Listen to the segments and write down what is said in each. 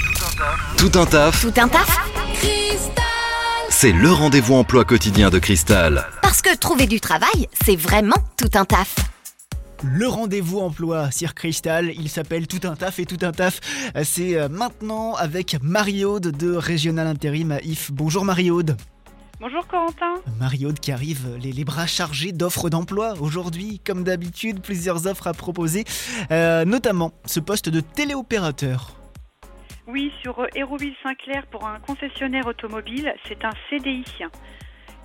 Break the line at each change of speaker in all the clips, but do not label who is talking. Tout un taf,
Tout un taf
c'est le rendez-vous emploi quotidien de Cristal.
Parce que trouver du travail, c'est vraiment tout un taf.
Le rendez-vous emploi, Sir Cristal, il s'appelle Tout un taf et Tout un taf. euh, C'est euh, maintenant avec Marie-Aude de Régional Intérim à IF. Bonjour Marie-Aude.
Bonjour Corentin.
Marie-Aude qui arrive euh, les, les bras chargés d'offres d'emploi. Aujourd'hui, comme d'habitude, plusieurs offres à proposer, euh, notamment ce poste de téléopérateur.
Oui, sur euh, Hérouville-Saint-Clair pour un concessionnaire automobile, c'est un CDI.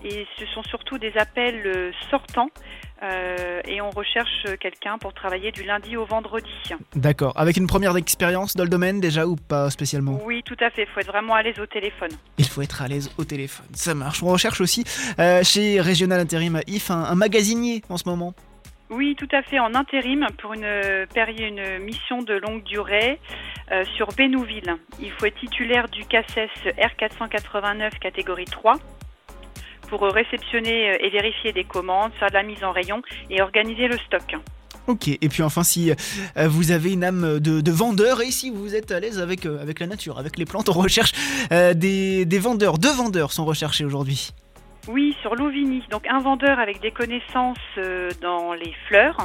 Et ce sont surtout des appels euh, sortants euh, et on recherche euh, quelqu'un pour travailler du lundi au vendredi.
D'accord, avec une première expérience dans le domaine déjà ou pas spécialement
Oui, tout à fait, il faut être vraiment à l'aise au téléphone.
Il faut être à l'aise au téléphone, ça marche. On recherche aussi euh, chez Régional Intérim à IF un- un magasinier en ce moment.
Oui, tout à fait, en intérim pour une, euh, péri- une mission de longue durée euh, sur Bénouville. Il faut être titulaire du CACES R489 catégorie 3 pour euh, réceptionner euh, et vérifier des commandes, faire de la mise en rayon et organiser le stock.
Ok, et puis enfin, si euh, vous avez une âme de, de vendeur et si vous êtes à l'aise avec, euh, avec la nature, avec les plantes, on recherche euh, des, des vendeurs. Deux vendeurs sont recherchés aujourd'hui.
Oui, sur Louvigny. Donc un vendeur avec des connaissances euh, dans les fleurs,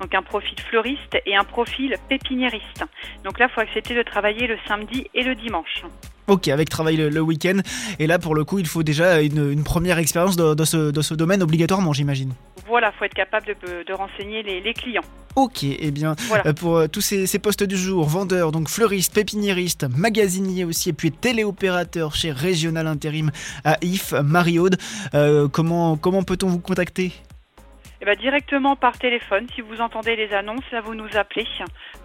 donc un profil fleuriste et un profil pépiniériste. Donc là, il faut accepter de travailler le samedi et le dimanche.
Ok, avec travail le, le week-end. Et là, pour le coup, il faut déjà une, une première expérience dans, dans ce, dans ce domaine obligatoirement, j'imagine.
Voilà, faut être capable de, de renseigner les, les clients.
Ok, et bien
Voilà.
euh, pour euh, tous ces, ces postes du jour, vendeur, donc fleuriste, pépiniériste, magasinier aussi, et puis téléopérateur chez Régional Intérim à IF, Marie-Aude, euh, comment, comment peut-on vous contacter
Eh ben, directement par téléphone, si vous entendez les annonces, là, vous nous appelez.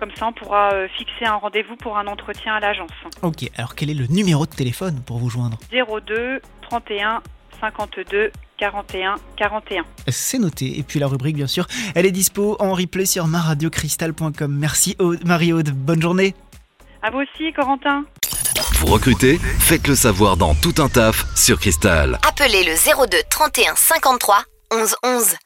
Comme ça, on pourra euh, fixer un rendez-vous pour un entretien à l'agence.
Ok, alors quel est le numéro de téléphone pour vous joindre
02 31 52 41 41.
C'est noté. Et puis la rubrique, bien sûr, elle est dispo en replay sur maradiocristal.com. Merci Aude- Marie-Aude. Bonne journée.
À vous aussi, Corentin.
Vous recrutez Faites le savoir dans Tout un taf sur Cristal.
Appelez le 02 31 53 11 11.